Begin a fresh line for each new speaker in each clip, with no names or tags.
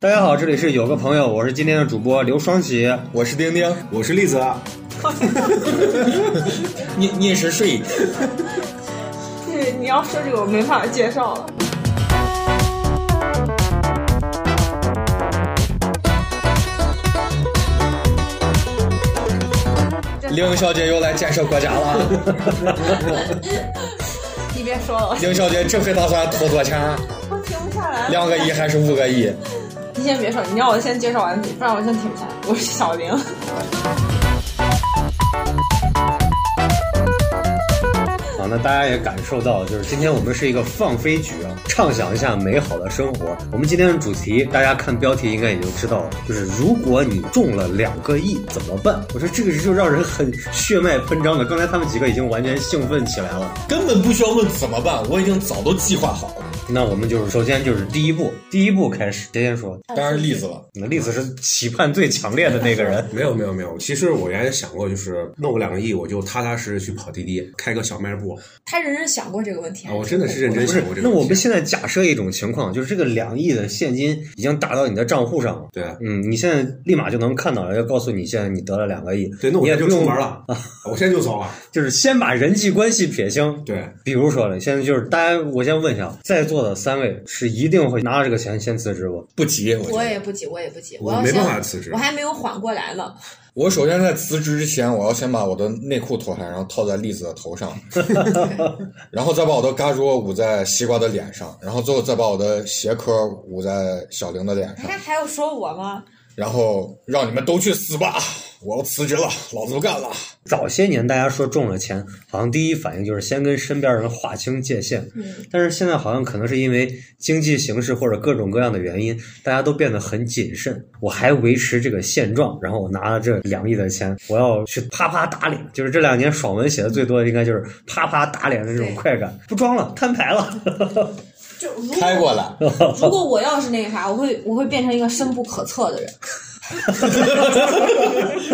大家好，这里是有个朋友，我是今天的主播刘双喜。
我是丁丁，
我是栗子，。
你你也是睡，
对，你要说这个我没法介绍了。
凌小姐又来建设国家了。
你别说了，
凌小姐这回打算投多少钱？
我停不下来。
两个亿还是五个亿？
你先别说，你让我先介绍完自己，不然我真停不下来。我是小玲，
好，那大家也感受到，就是今天我们是一个放飞局啊，畅想一下美好的生活。我们今天的主题，大家看标题应该也就知道了，就是如果你中了两个亿怎么办？我说这个就让人很血脉喷张的。刚才他们几个已经完全兴奋起来了。
根本不需要问怎么办，我已经早都计划好了。
那我们就是首先就是第一步，第一步开始，谁先说？
当然是栗子了，
那栗子是期盼最强烈的那个人
没有没有没有。其实我原来想过，就是弄个两个亿，我就踏踏实实去跑滴滴，开个小卖部
他认真想过这个问题
啊！，我真的是认真
不是
想过，
那
这个问题。
我们现在假设一种情况，就是这个两亿的现金已经打到你的账户上了。
对啊
嗯，你现在立马就能看到，要告诉你现在你得了两个亿。
对，那我
你也
现在
不
就出
用
门，
啊
了，我现在就走了。
就是先把人际关系撇清。
对，
比如说了，现在就是大家，我先问一下，在座的三位是一定会拿着这个钱先辞职不？
不急。我觉
我
得
也不急，我也不急，
我
要
没
先，
办法辞职
我还没有缓过来呢。
我首先在辞职之前，我要先把我的内裤脱下来，然后套在栗子的头上，然后再把我的嘎吱捂在西瓜的脸上，然后最后再把我的鞋壳捂在小玲的脸上
大，家还要说我吗？
然后让你们都去死吧！我要辞职了，老子不干了。
早些年大家说中了钱，好像第一反应就是先跟身边人划清界限。但是现在好像可能是因为经济形势或者各种各样的原因，大家都变得很谨慎。我还维持这个现状，然后我拿了这两亿的钱，我要去啪啪打脸。就是这两年爽文写的最多的应该就是啪啪打脸的这种
对
快感，不装了，摊牌了。
就如
开
啊
果
过来，
如果我要是那个啥，我会我会变成一个深不可测的人，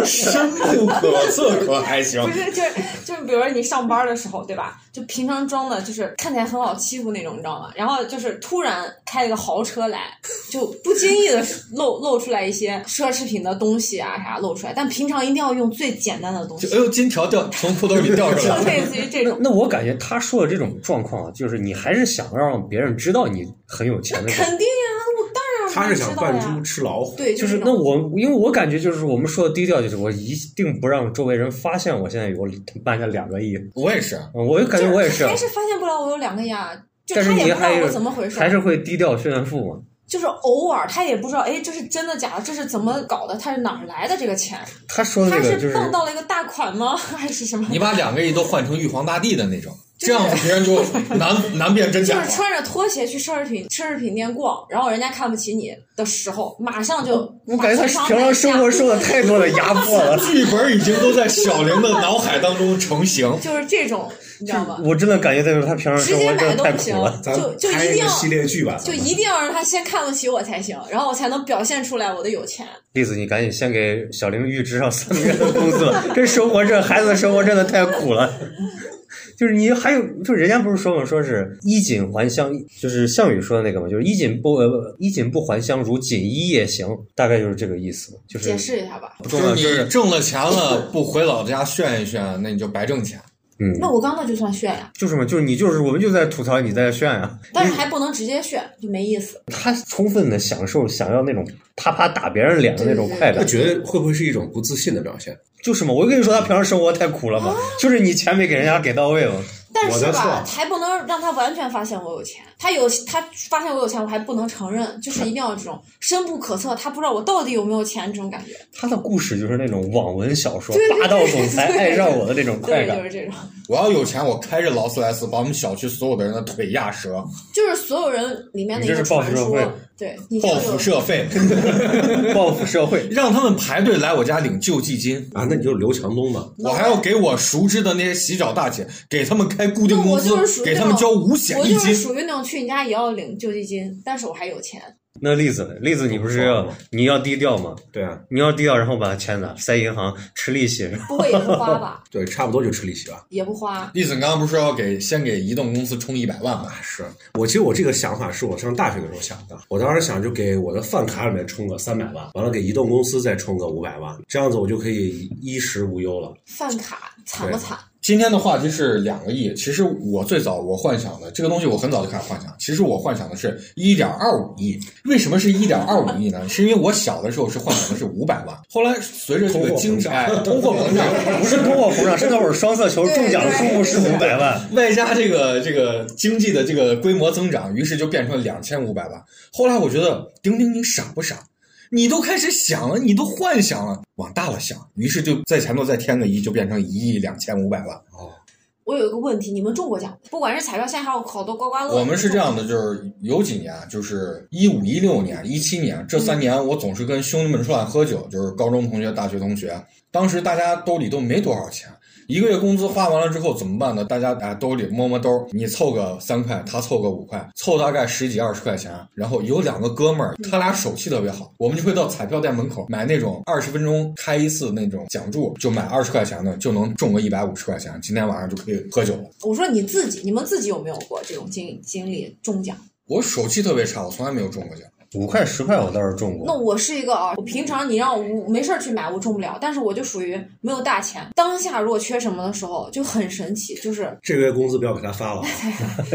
深不可测，可还行
不是就是就是，比如说你上班的时候，对吧？就平常装的就是看起来很好欺负那种，你知道吗？然后就是突然开了个豪车来，就不经意的露露出来一些奢侈品的东西啊啥露出来，但平常一定要用最简单的东西
就，哎呦，金条掉从裤兜里掉出
就
来了。
类似于这
那
种。
那我感觉他说的这种状况啊，就是你还是想让别人知道你很有钱的感觉。
肯定呀，我当然让
他是
啊知
想
道
扮
呀
猪吃老虎。
对，
就是
这
那
种
我，因为我感觉就是我们说的低调，就是我一定不让周围人发现我现在有办下两个亿。
我也是，
嗯我就感觉我也是
还，是发现不了我有两个呀。就
但是
他
你
也不知道
还
我
是
怎么回事，
还是会低调炫富嘛。
就是偶尔他也不知道，哎，这是真的假的，这是怎么搞的，他是哪儿来的这个钱？
他说的
他
这个就是
是傍到了一个大款吗？ 还是什么？
你把两个亿都换成玉皇大帝的那种，
就是
这样子别人就难难辨真
就
假
是
了。。
穿着拖鞋去奢侈品奢侈品店逛，然后人家看不起你的时候，马上就
我感觉他
把情商
平
买
常
下。
生活受了太多的压迫了
剧本已经都在小玲的脑海当中成型
就是这种，你知道吗？
我真的感觉他就是他平常
直
生活
接
真
买
的
都
太
不
苦
行
了。，
咱
就就
拍
一
一
定
个
要
系列剧吧，
就
咱们
一定要让他先看不起我才行，然后我才能表现出来我的有钱。
栗子，你赶紧先给小玲预支上三个月的工资吧。 这生活，这孩子的生活真的太苦了。 就是你还有，就是人家不是说嘛，说是衣锦还乡，就是项羽说的那个嘛，就是衣锦不呃衣锦不还乡，如锦衣夜行，大概就是这个意思。就是
解释一下吧。
不重
就是
要，就是
你挣了钱了，不回老家炫一炫，那你就白挣钱。
嗯，
那我刚那就算炫呀、
就是嘛，就是你就是我们就在吐槽你在炫呀、
但是还不能直接炫，就没意思。
他充分的享受想要那种啪啪打别人脸的那种快
那
感，
觉得会不会是一种不自信的表现？
就是嘛，我就跟你说他平常生活太苦
啊
了嘛，就是你钱没给人家给到位嘛。
但
我
是
的
吧，
错
还不能让他完全发现我有钱。他有他发现我有钱，我还不能承认，就是一定要这种深不可测，他不知道我到底有没有钱这种感觉。
他的故事就是那种网文小说
对对对
霸道总 裁爱上我的那种快
对，就
感。
是这种，
我要有钱，我开着劳斯莱斯把我们小区所有的人的腿压折，
就是所有人里面的
你
一
这
个
是报复
传
社
说
会。
对，你
报
就
复
有
社费，
报复社会，
让他们排队来我家领救济金。
啊，那你就是刘强东吧？
我还要给我熟知的那些洗脚大姐，给他们开固定工
那我就是
资，
属于
给他们交五险
我
一
就是
金。
属于那种去你家也要领救济金，但是我还有钱，
那栗子，栗子，你不是要你要低调吗？
对啊，
你要低调，然后把钱拿塞银行吃利 息，
不会也不花吧？
对，差不多就吃利息吧。
也不花，
栗子，你刚刚不是说要给先给移动公司充一百万吗？
啊，是我其实我这个想法是我上大学的时候想的，我当时想就给我的饭卡里面充个三百万，完了给移动公司再充个五百万，这样子我就可以衣食无忧了。
饭卡惨不惨？
今天的话题是两个亿。其实我最早我幻想的这个东西，我很早就开始幻想。其实我幻想的是一点二五亿。为什么是一点二五 亿呢？是因为我小的时候是幻想的是五百万，后来随着这个经济哎通货膨胀，
不是通货膨胀，是那会儿双色球中奖数目是五百万，
外加这个这个经济的这个规模增长，于是就变成两千五百万。后来我觉得丁丁你傻不傻？你都开始想了，你都幻想了，往大了想，于是就在前头再添个一，就变成一亿两千五百万。
我有一个问题，你们中过奖吗？不管是彩票，现在还有好多刮刮乐。
我们是这样的，就是有几年，啊就是一五、一六年、一七年这三年，我总是跟兄弟们出来喝酒，就是高中同学、大学同学。当时大家兜里都没多少钱，一个月工资花完了之后怎么办呢？大家哎兜里摸摸兜，你凑个三块，他凑个五块，凑大概十几二十块钱。然后有两个哥们儿，他俩手气特别好，我们就会到彩票店门口买那种二十分钟开一次那种奖注，就买二十块钱的，就能中个一百五十块钱。今天晚上就可以喝酒了。
我说你自己，你们自己有没有过这种经经历中奖？
我手气特别差，我从来没有中过奖。
五块十块我倒是中
那
过，
我是一个啊，我平常你让我没事儿去买，我中不了，但是我就属于没有大钱，当下如果缺什么的时候就很神奇，就是
这个月工资不要给他发了啊，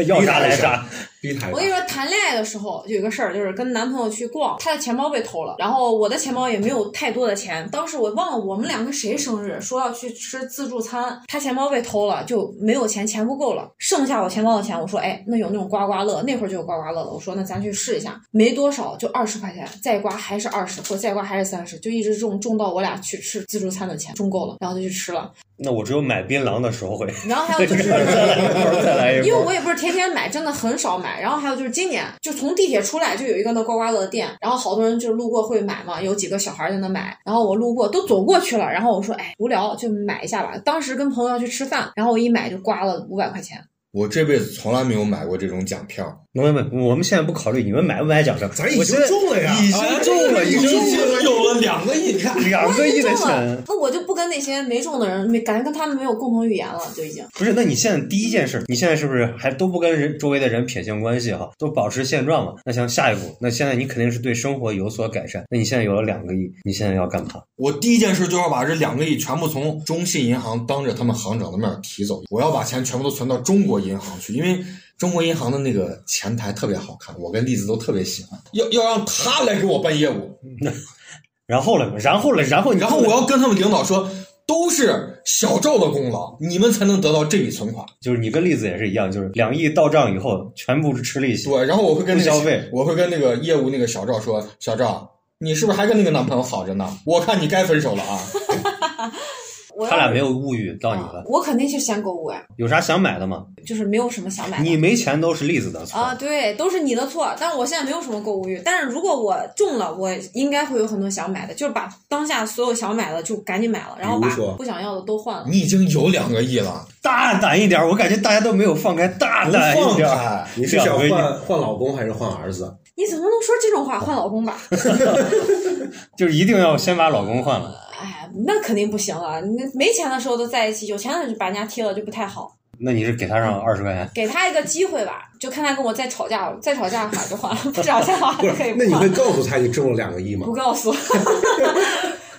要啥来啥，
逼他一
我
把
跟。你说，谈恋爱的时候就有一个事儿，就是跟男朋友去逛，他的钱包被偷了，然后我的钱包也没有太多的钱。当时我忘了我们两个谁生日，说要去吃自助餐，他钱包被偷了，就没有钱，钱不够了，剩下我钱包的钱，我说，哎，那有那种刮刮乐，那会儿就有刮刮乐了，我说那咱去试一下，没多少，就二十块钱，再刮还是二十，或者再刮还是三十，就一直中中到我俩去吃自助餐的钱中够了，然后就去吃了，
那我只有买槟榔的时候会，
然后还有
再
就
来
是。
一 波，再来一
因为我
波。
也不是天天买，真的很少买。然后还有就是今年，就从地铁出来就有一个那刮刮乐的店，然后好多人就是路过会买嘛，有几个小孩在那买，然后我路过都走过去了，然后我说哎无聊就买一下吧。当时跟朋友要去吃饭，然后我一买就刮了五百块钱，
我这辈子从来没有买过这种奖票，
没没，我们现在不考虑你们买不买奖票，
咱已
我
经
现在
中了呀
已经中了，已经中了
啊有了两个亿，你看，
两个亿的
中
钱
了。，那我就不跟那些没中的人，没感觉跟他们没有共同语言了，就已经。
不是，那你现在第一件事，你现在是不是还都不跟人周围的人撇清关系哈，都保持现状嘛？那像下一步，那现在你肯定是对生活有所改善。那你现在有了两个亿，你现在要干嘛？
我第一件事就要把这两个亿全部从中信银行当着他们行长的面提走，我要把钱全部都存到中国银行去，因为中国银行的那个前台特别好看，我跟栗子都特别喜欢，要要让他来给我办业务，
然后呢？然后呢？然后你
然后我要跟他们领导说。都是小赵的功劳，你们才能得到这笔存款。
就是你跟栗子也是一样，就是两亿到账以后全部吃利息。
对，然后我会跟那个
不消费
我会跟那个业务那个小赵说：“小赵，你是不是还跟那个男朋友好着呢？我看你该分手了啊。”
我要
他俩没有物欲到你
啊
了，
我肯定是先购物哎，
有啥想买的吗？
就是没有什么想买的。
你没钱都是栗子的错。
啊，对，都是你的错。但是我现在没有什么购物欲，但是如果我中了，我应该会有很多想买的，就是把当下所有想买的就赶紧买了，然后
比
把
如说
不想要的都换了。
你已经有两个亿了，
大胆一点，我感觉大家都没有放开，大
不
胆一
放
点。
开。
你是想
两个亿
换换老公还是换儿子？
你怎么能说这种话？换老公吧？
就是一定要先把老公换了。
哎，那肯定不行了。你没钱的时候都在一起，有钱了就把人家踢了，就不太好。
那你是给他上二十块钱？
给他一个机会吧，就看他跟我再吵架，再吵架的话就换了，不吵架的话
不
就是可以，
那
不
你
换
会。告诉他你中了两个亿吗
不？告 诉我，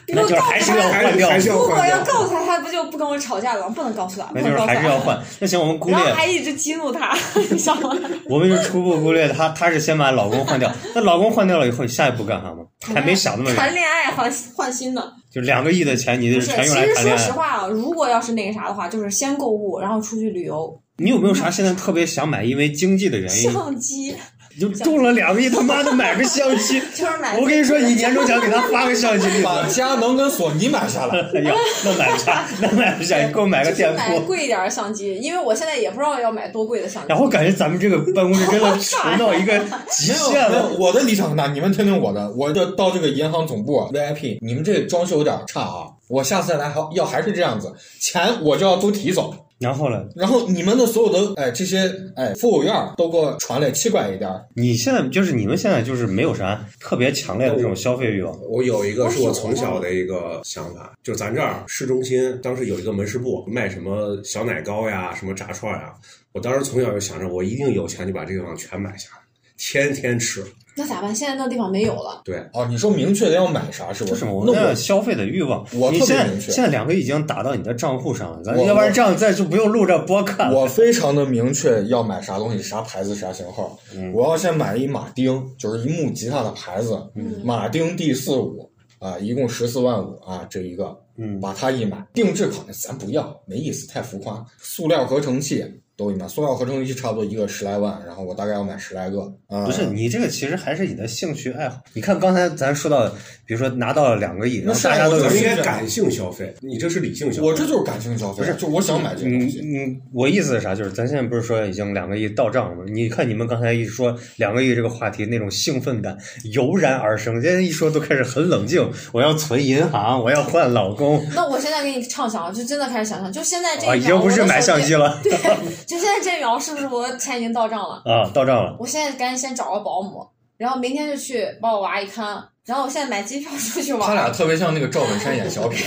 你给
那
我
就
告
是还是
诉
要
他。
还
换
是
掉，
还是要
如果
换
要
掉？
告诉他，他不就不跟我吵架了吗？不能告诉他，不
那就
能
是
告诉
还是要
他。
换。那行，我们姑
然后
略
还一直激怒他， 你知道吗？
我们就初步忽略她，她是先把老公换掉，那老公换掉了以后，你下一步干啥吗？还没想那么
谈
远，
恋爱换换新的，
就两个亿的钱，你
不？
就是全
其
用来
实
谈
说
恋
实
爱。
话啊，如果要是那个啥的话，就是先购物，然后出去旅游。
你有没有啥现在特别想买？因为经济的原因，
相机
你就中了两个亿，他妈的买个相 机。
就是买，
我跟你说，你年终奖给他发个相机，
把佳能跟索尼买 下来，
哎呀，那买不下，那买不下，你给我买个
就是
电
买
锅。
贵一点的相机，因为我现在也不知道要买多贵的相机
然。后感觉咱们这个办公室真的
啊
穷到一个极
没有
限
没有
了。，
我的理想很大，你们听听我的，我就到这个银行总部哎 VIP，你们这装修有点差啊，我下次来还要还是这样子，钱我就要都提走。
然后呢，
然后你们的所有的哎这些哎服务员儿都给我传来奇怪一点儿，
你现在就是你们现在就是没有啥特别强烈的这种消费欲望，
我有一个是我从小的一个想法，就咱这儿市中心当时有一个门市部卖什么小奶糕呀、什么炸串呀，我当时从小就想着我一定有钱就把这个地方全买下来，天天吃。
那咋办？现在那地方没有了，
对，
哦，你说明确的要买啥是不？
就是是我
那
们的消费的欲望。
我
你
特别
现在
明确
现在两个已经打到你的账户上了，咱
我
要不然这样再就不用录这播客了。
我非常的明确要买啥东西，啥牌子，啥型号。
嗯
我要先买一马丁，就是一木吉他的牌子，
嗯
马丁 D 四五啊，一共十四万五啊，这一个，
嗯
把它一买，定制款咱不要，没意思，太浮夸。塑料合成器都一买，塑料合成器差不多一个十来万，然后我大概要买十来个啊。
不是你这个其实还是你的兴趣爱好。你看刚才咱说到，比如说拿到了两个亿，然后
是啊
大家都
我
有
就
咱
是
应该感性消费，你这是理性消费。
我这就是感性消费，就我想买这个
嗯
东西。
嗯，我意思是啥？就是咱现在不是说已经两个亿到账了吗？你看你们刚才一说两个亿这个话题，那种兴奋感油然而生。现在一说都开始很冷静，我要存银行，我要换老公
那我现在给你畅想，就真的开始想象，就现在这一秒，
啊，已经不是买相机
了，
了
对， 就现在这一秒，是不是我的钱已经到账了？
啊，到账了。
我现在赶紧先找个保姆，然后明天就去把我娃一看，然后我现在买机票出去
他
玩。
俩特别像那个赵本山 演小品，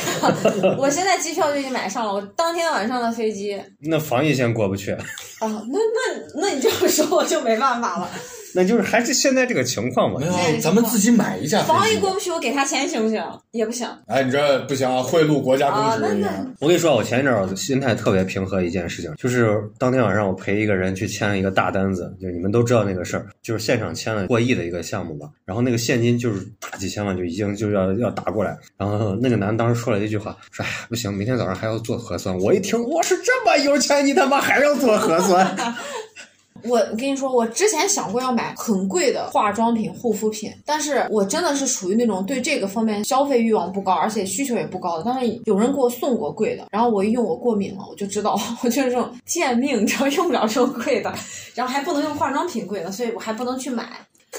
我现在机票就已经买上了，我当天晚上的飞机啊，
那防疫先过不去，
那那那你这么说我就没办法了。
那就是还是现在这个情况嘛
没。有啊，咱们自己买一下。
防疫过不去，我给他钱行不行？也不行
哎，你这不行啊，贿赂国家
啊，
公
那
职一样。
那
我跟你说，我前一阵儿我心态特别平和一件事情，就是当天晚上我陪一个人去签了一个大单子，就是你们都知道那个事儿，就是现场签了过亿的一个项目吧，然后那个现金就是大几千万就已经就要要打过来，然后那个男的当时说了一句话，说哎呀不行，明天早上还要做核酸。我一听我是这么有钱，你他妈还要做核酸？
我跟你说，我之前想过要买很贵的化妆品、护肤品，但是我真的是属于那种对这个方面消费欲望不高，而且需求也不高的。但是有人给我送过贵的，然后我一用我过敏了，我就知道 我就是这种贱命，你知道用不了这种贵的，然后还不能用化妆品贵的，所以我还不能去买。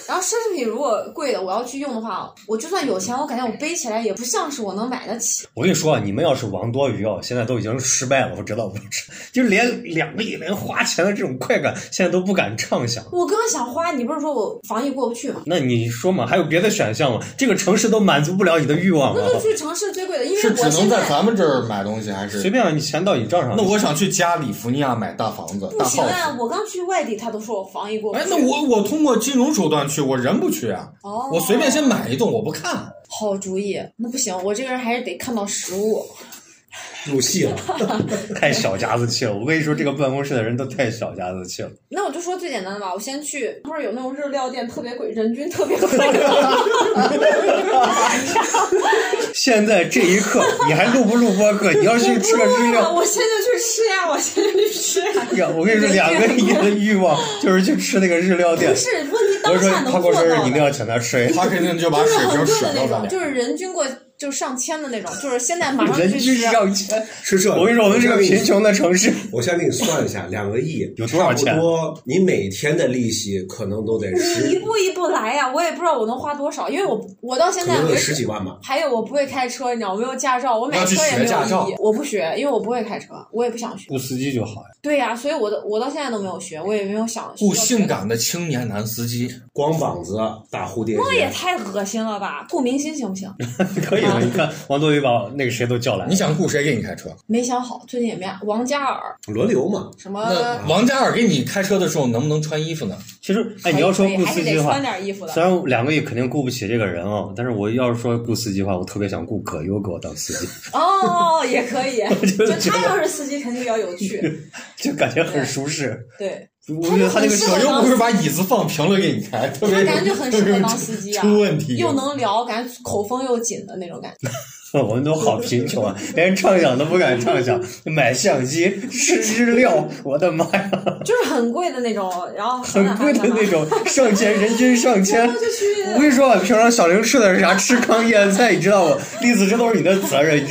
然后奢侈品如果贵的，我要去用的话，我就算有钱，我感觉我背起来也不像是我能买得起。
我跟你说啊，你们要是王多鱼哦，现在都已经失败了，我知道不是，就连两个亿连花钱的这种快感，现在都不敢畅想。
我刚想花，你不是说我防疫过不去吗？
那你说嘛，还有别的选项吗？这个城市都满足不了你的欲望
那就
了。
去城市最贵的，因为
是只
我
能
现
在咱们这儿买东西，还
随
是？
便啊，你钱到你账上。
那我想去加利福尼亚买大房子、
不
大
行啊
house。！
我刚去外地，他都说我防疫过不
哎
去。，
那我我通过金融手段去，我人不去啊，
哦，
我随便先买一栋，我不看。
好主意，那不行，我这个人还是得看到实物。
入戏了，
太小家子气了。我跟你说，这个办公室的人都太小家子气了。
那我就说最简单的吧，我先去，不是有那种日料店特别贵，人均特别贵，
现在这一 刻，你还录不录播客？你要去吃个日料，哎
我现在就去吃呀，我现在就去吃呀。
呀我跟你说，两个亿的欲望就是去吃那个日料店
不。是问题，
我
当
说
下能
他
做
给我
到
说你一定
的。
要请他吃一顿，
他肯定就把
就
水
是很
瓶
贵
甩
的那
到咱
种，
俩。
就是人均过就上千的那种，就是现在马 上
人
就去
均
吃。
要钱。
是这。
我跟你说，我们这个贫穷的城市，
我先给你算一下，两个亿
有多少钱
差不多你每天的利息可能都得
你一
十，
步一步来呀，我也不知道我能花多少，因为我我到现
可
在
能
为
得
止
十几万吧。
还有我不会开车，你知道我没有驾照，我买
要去
车也没
学驾
有
照
意义。我不学，因为我不会开车，我也不想学。
雇司机就好呀。
对呀、所以我的我到现在都没有学，我也没有想
雇
需要学
性。感的青年男司机，
光膀子、打蝴蝶
这也
结，
太恶心了吧！雇明星行不行？
可以的，你看王多鱼把那个谁都叫来
你，想雇谁给你开车？
没想好，最近也没啊。王嘉尔
轮流嘛。
什么？
那王嘉尔给你开车的时候能不能穿衣服呢？
其实，哎，你要说
可以
雇
还
司
是
机
得
的话
穿，点衣服的。
虽然两个亿肯定雇不起这个人哦，但是我要是说雇司机的话，我特别想雇葛优给我当司机，
哦，也可 以。
就
就
觉得
他要是司机，肯定比较有 趣。
就感觉很舒适。
对，
我觉得他那个
他就是
小
我
很适合
又不是把椅子放平了给你开，特
他
别
感觉就很适合当司机啊
出问题。
又能聊，感觉口风又紧的那种感觉。
我们都好贫穷啊，连畅想都不敢畅想，买相机、吃日料，我的妈 呀，
就是很贵的那种，然后
很贵的那种，上千，人均上千。
就去
我跟你说啊吧，平常小玲吃的是啥？吃糠咽菜，你知道吗？栗子，这都是你的责任。你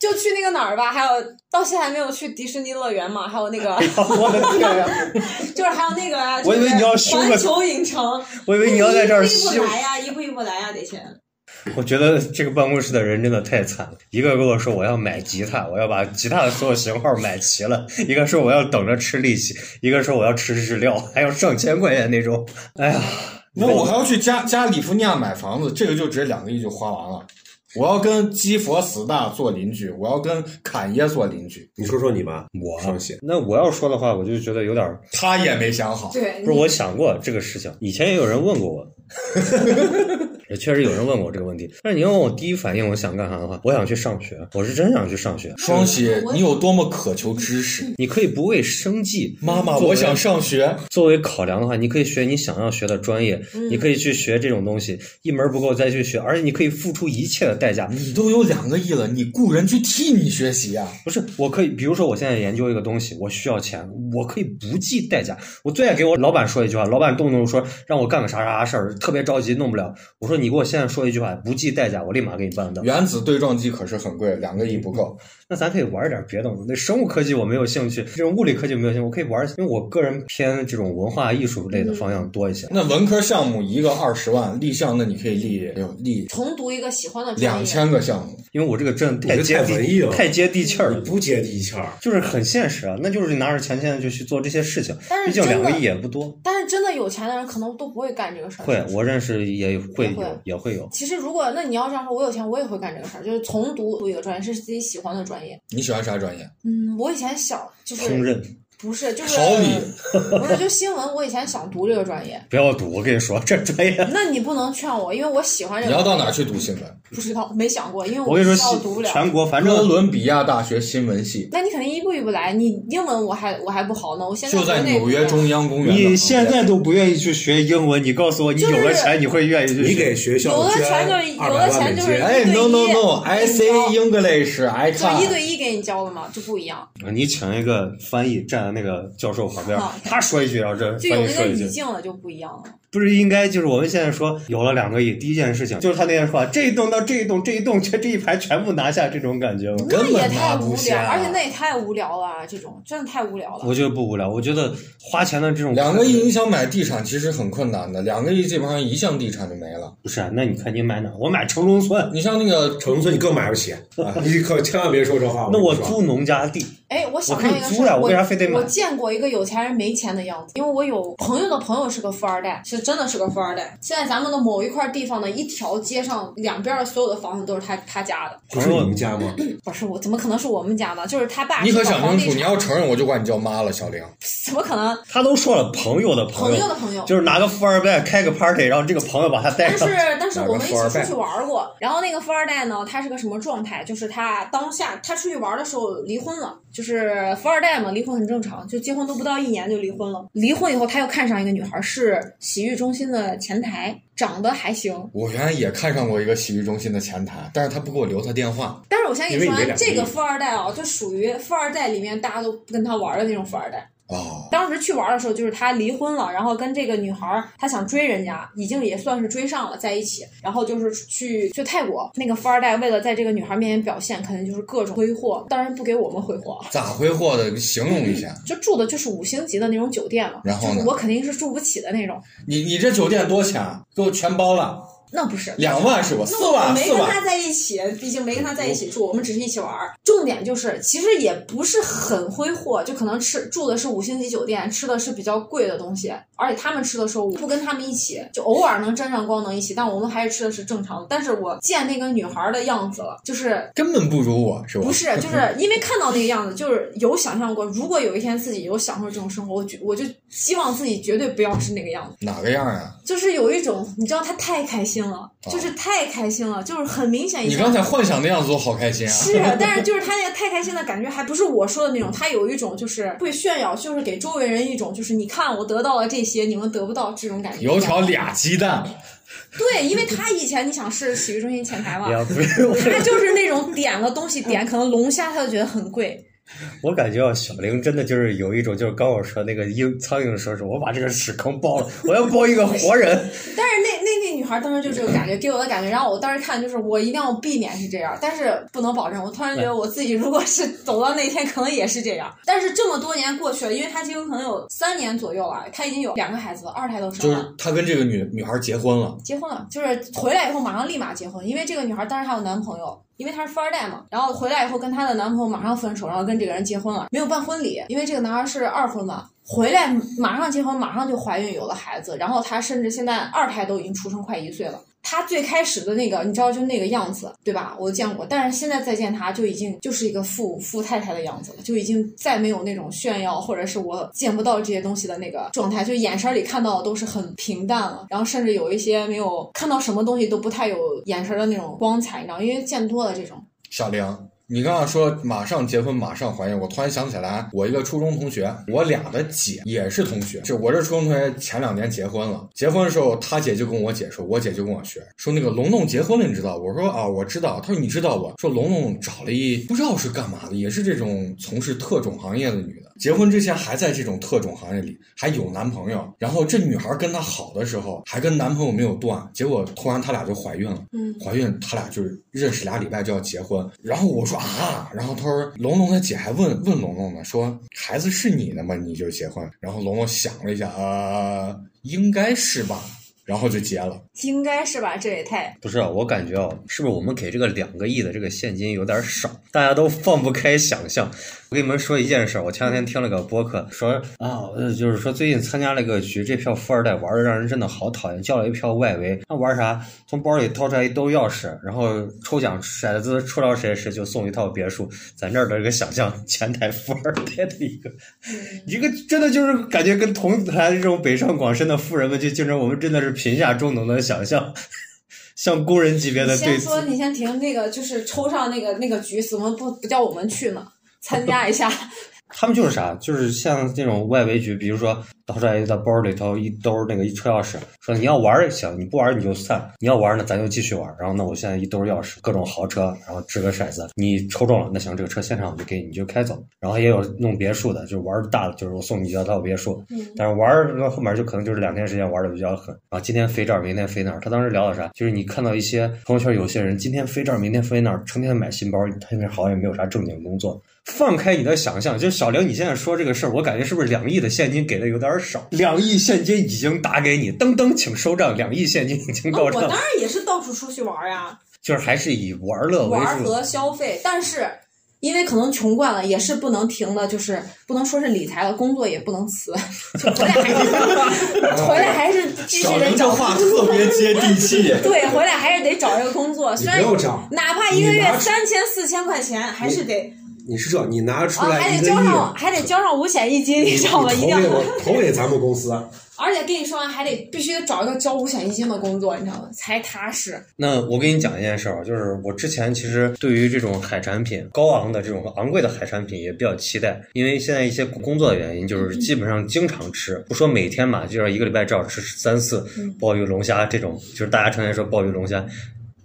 就去那个哪儿吧，还有到现在还没有去迪士尼乐园嘛，还有那个
我的天呀！
就是还有那个 啊，
我以为
就是
你要修个
环球影城，
我以为你要在这儿
一步一
修
步，来呀，一步一步来呀，得先。
我觉得这个办公室的人真的太惨了，一个跟我说我要买吉他，我要把吉他的所有型号买齐了；一个说我要等着吃利息；一个说我要吃日料，还要上千块钱那种。哎呀，
那我还要去加加利福尼亚买房子，这个就直接两个亿就花完了。我要跟基佛斯大做邻居，我要跟坎耶做邻居，
你说说你吧，
我
双喜，
那我要说的话，我就觉得有点儿
他也没想好。
对，
不是我想过这个事情，以前也有人问过 我，也确实有人问过我这个问题。但是你要问我第一反应我想干啥的话，我想去上学，我是真想去上学。
双喜，你有多么渴求知识？
你可以不为生计，
妈妈，
作为
我想上学。
作为考量的话，你可以学你想要学的专业，你可以去学这种东西，一门不够再去学，而且你可以付出一切的代价。
你都有两个亿了，你雇人去替你学习啊？
不是，我可以，比如说我现在研究一个东西，我需要钱，我可以不计代价。我最爱给我老板说一句话，老板动不动说让我干个啥啥啥事儿，特别着急弄不了。我说你给我现在说一句话，不计代价，我立马给你办到。
原子对撞机可是很贵，两个亿不够。
那咱可以玩点别的。那生物科技我没有兴趣，这种物理科技没有兴趣，我可以玩，因为我个人偏这种文化艺术类的方向多一些。
那文科项目一个二十万，立项那你可以立哎呦立
重读一个喜欢的专业
两，千个项目。
因为我这个真的太
你这
接
太
地
文艺了
太接地气儿了
你。不接地气儿，
就是很现实啊，那就是拿着钱现在就去做这些事情，
但
毕
是
竟
真的
两个亿也不多。
但是真的有钱的人可能都不会干这个事儿。
会，我认识也会
也会
有，也会有。
其实如果那你要这样说，我有钱我也会干这个事儿，就是重读读一个专业是自己喜欢的专业。
你喜欢啥专业？
嗯，我以前小就是
烹饪
不是就是
桃李
不是就新闻，我以前想读这个专业，
不要赌，我跟你说，这专业，
那你不能劝我，因为我喜欢这
你
个。
要到哪儿去读新闻？
不知道，没想过，因为
我跟你
学
说
校读不
西，
了。
全国反
哥
正
伦比亚大学新闻系，
那你肯定一步一步来。你英文我还我还不好呢，我现在
就在
国内
纽约中央公园的旁边。
你现在都不愿意去学英文，你告诉我，你有了钱你会愿意去学？
你给学校
有的钱就是
捐二百
有的
万
钱
美
就是
金，
哎，no no
一对一
no，I
你
say
知
English，I
就一
can。
对一给你教的嘛，就不一样，
你请一个翻译站在那个教授旁边
好，
他说一句，然后这
就
翻
有
译
那
说
个
一
语
句，
境了就不一样了。
不是应该就是我们现在说有了两个亿，第一件事情就是他那天说啊这一栋到这一栋，这一栋这这一排全部拿下这种感觉吗？
那
根
也
本
太
拿
无
不
聊，
下，
而且那也太无聊了，这种真的太无聊了。
我觉得不无聊，我觉得花钱的这种
两个亿，你想买地产其实很困难的，两个亿基本上一项地产就没了。
不是、啊？那你看你买哪？我买城中村，
你像那个
城中村你更买不起，
啊
啊你可千万别说这话。
那我
跟你说
租农家地，
哎，我想
我
到
可以
一个
租
事
呀
儿，
我
我
为啥非得买
我见过一个有钱人没钱的样子，因为我有朋友的朋友是个富二代，是真的是个富二代。现在咱们的某一块地方的一条街上，两边的所有的房子都是他他家的，
不是你们家吗？不
不是我怎么可能是我们家呢？就是他爸
你
是
可
搞
想
房
清
地产，
楚，你要承认我就管你叫妈了，小玲。
怎么可能？
他都说了朋友的
朋
友，
友的朋友。
就是拿个富二代开个 party，然后这个朋友把他带
但是
上。哎
但是
哪个
我们一
富二
起
代
出去玩过，然后那个富二代呢，他是个什么状态？就是他当下他出去玩的时候离婚了，就是富二代嘛，离婚很正常，就结婚都不到一年就离婚了。离婚以后，他又看上一个女孩，是洗浴中心的前台，长得还行。
我原来也看上过一个洗浴中心的前台，但是他不给我留他电话。
但是我先跟你说
因为你没
啊，
两个
这个
亿
富二代啊，就属于富二代里面大家都不跟他玩的那种富二代。
哦，
当时去玩的时候，就是他离婚了，然后跟这个女孩儿，他想追人家，已经也算是追上了，在一起。然后就是去去泰国，那个富二代为了在这个女孩面前表现，肯定就是各种挥霍，当然不给我们挥霍啊，
咋挥霍的？形容一下。
就住的就是五星级的那种酒店了，
然后呢
就是我肯定是住不起的那种。
你你这酒店多钱？啊给我全包了，
那不是
两万是吧？
那
四
我
万，
没
四
跟
万。嗯
他在一起，毕竟没跟他在一起住，我们只是一起玩儿。重点就是，其实也不是很挥霍，就可能吃住的是五星级酒店，吃的是比较贵的东西，而且他们吃的时候我不跟他们一起，就偶尔能沾上光能一起，但我们还是吃的是正常的。但是我见那个女孩儿的样子了，就是。
根本不如我，是吧
不？是，就是因为看到那个样子，就是有想象过，如果有一天自己有享受这种生活，我觉我就希望自己绝对不要是那个样子。
哪个样啊？
就是有一种，你知道他太开心了，就是太开心了，就是很明显一
哦你
下。
刚才幻想的样子，我好开心啊！
是，但是就是他那个太开心的感觉，还不是我说的那 种，他有一种就是会炫耀，就是给周围人一种就是你看我得到了这些，你们得不到这种感觉。
油条俩鸡蛋，
对，因为他以前你想是洗浴中心前台
哎
嘛，
呀，不是我，
他就是那种点个东西点，可能龙虾他就觉得很贵，
我感觉啊，小玲真的就是有一种，就是刚我说那个鹰苍蝇说是，我把这个屎坑爆了，我要爆一个活人。
但是那那那女孩当时就这个感觉，给我的感觉。然后我当时看就是我一定要避免是这样，但是不能保证。我突然觉得我自己如果是走到那一天，可能也是这样。但是这么多年过去了，因为他结婚可能有三年左右了，他已经有两个孩子了，二胎都生
就
了。
是他跟这个女女孩结婚了，
结婚了，就是回来以后马上立马结婚，因为这个女孩当时还有男朋友，因为她是富二代嘛。然后回来以后跟她的男朋友马上分手，然后跟这个人结婚了，没有办婚礼，因为这个男孩是二婚嘛。回来马上结婚，马上就怀孕有了孩子，然后她甚至现在二胎都已经出生快一岁了。她最开始的那个，你知道就那个样子，对吧？我见过，但是现在再见她就已经就是一个富富太太的样子了，就已经再没有那种炫耀或者是我见不到这些东西的那个状态，就眼神里看到的都是很平淡了，然后甚至有一些没有看到什么东西都不太有眼神的那种光彩，你知道，因为见多了这种。
小玲。你刚刚说马上结婚，马上怀孕，我突然想起来，我一个初中同学，我俩的姐也是同学。就我这初中同学前两年结婚了，结婚的时候，他姐就跟我姐说，我姐就跟我学，说那个龙龙结婚了，你知道？我说啊，我知道。他说你知道不？说龙龙找了一不知道是干嘛的，也是这种从事特种行业的女的，结婚之前还在这种特种行业里，还有男朋友。然后这女孩跟她好的时候，还跟男朋友没有断，结果突然她俩就怀孕了。
嗯
怀孕，他俩就是认识俩礼拜就要结婚。然后我说啊，然后他说龙龙他姐还问问龙龙呢，说孩子是你的吗？你就结婚？然后龙龙想了一下，呃，应该是吧，然后就结了。
应该是吧，这也太
不是啊，我感觉啊，是不是我们给这个两个亿的这个现金有点少，大家都放不开想象。我跟你们说一件事儿，我前两天听了个播客，说啊，呃就是说最近参加了一个局，这票富二代玩的让人真的好讨厌，叫了一票外围，他玩啥？从包里掏出来一兜钥匙，然后抽奖骰子抽到谁谁就送一套别墅。咱这儿的这个想象，前台富二代的一个
嗯
一个真的就是感觉跟同台这种北上广深的富人们去竞争，我们真的是贫下中农的想象，像工人级别的
你
对
先
峙
说，你先停那个，就是抽上那个那个局，怎么不不叫我们去呢？参加一下，
他们就是啥，就是像这种外围局，比如说掏出来在包里头一兜那个一车钥匙，说你要玩儿也行，你不玩儿你就散，你要玩儿呢咱就继续玩儿。然后呢，我现在一兜钥匙，各种豪车，然后掷个骰子，你抽中了，那行这个车现场我就给你，你就开走。然后也有弄别墅的，就是玩儿大的，就是我送你一套别墅，
嗯，
但是玩儿到后面就可能就是两天时间玩的比较狠，然后今天飞这儿，明天飞那儿。他当时聊的啥？就是你看到一些朋友圈有些人今天飞这儿，明天飞那儿，成天买新包，他那边好像也没有啥正经工作。放开你的想象，就是小玲，你现在说这个事儿，我感觉是不是两亿的现金给的有点少？两亿现金已经打给你，噔噔，请收账。两亿现金已经
那
到
哦我
账，
当然也是到处出去玩呀、
就是还是以玩乐为
玩
主。
和消费，但是因为可能穷惯了，也是不能停的，就是不能说是理财了，工作也不能辞， 就回来还
哦
是回来还是继续
小
得
玲
找，
这话特别接地气
对，回来还是得找一个工作，
你
虽
不
然
要这样，
哪怕一个
你拿
月
出
三千四千块钱，还是得
你是这，你拿出
啊，
来
还
一
得
个亿，
交上还得交上五险一金，你知道吗？一
你
定
投给
要，
我， 投给咱们公司。啊
而且跟你说完，还得必须得找一个交五险一金的工作，你知道吗？才踏实。
那我给你讲一件事儿，啊就是我之前其实对于这种海产品、高昂的这种昂贵的海产品也比较期待，因为现在一些工作的原因，就是基本上经常吃，不说每天嘛，就是一个礼拜至少吃三四
嗯
鲍鱼、龙虾这种，就是大家成天说鲍鱼、龙虾。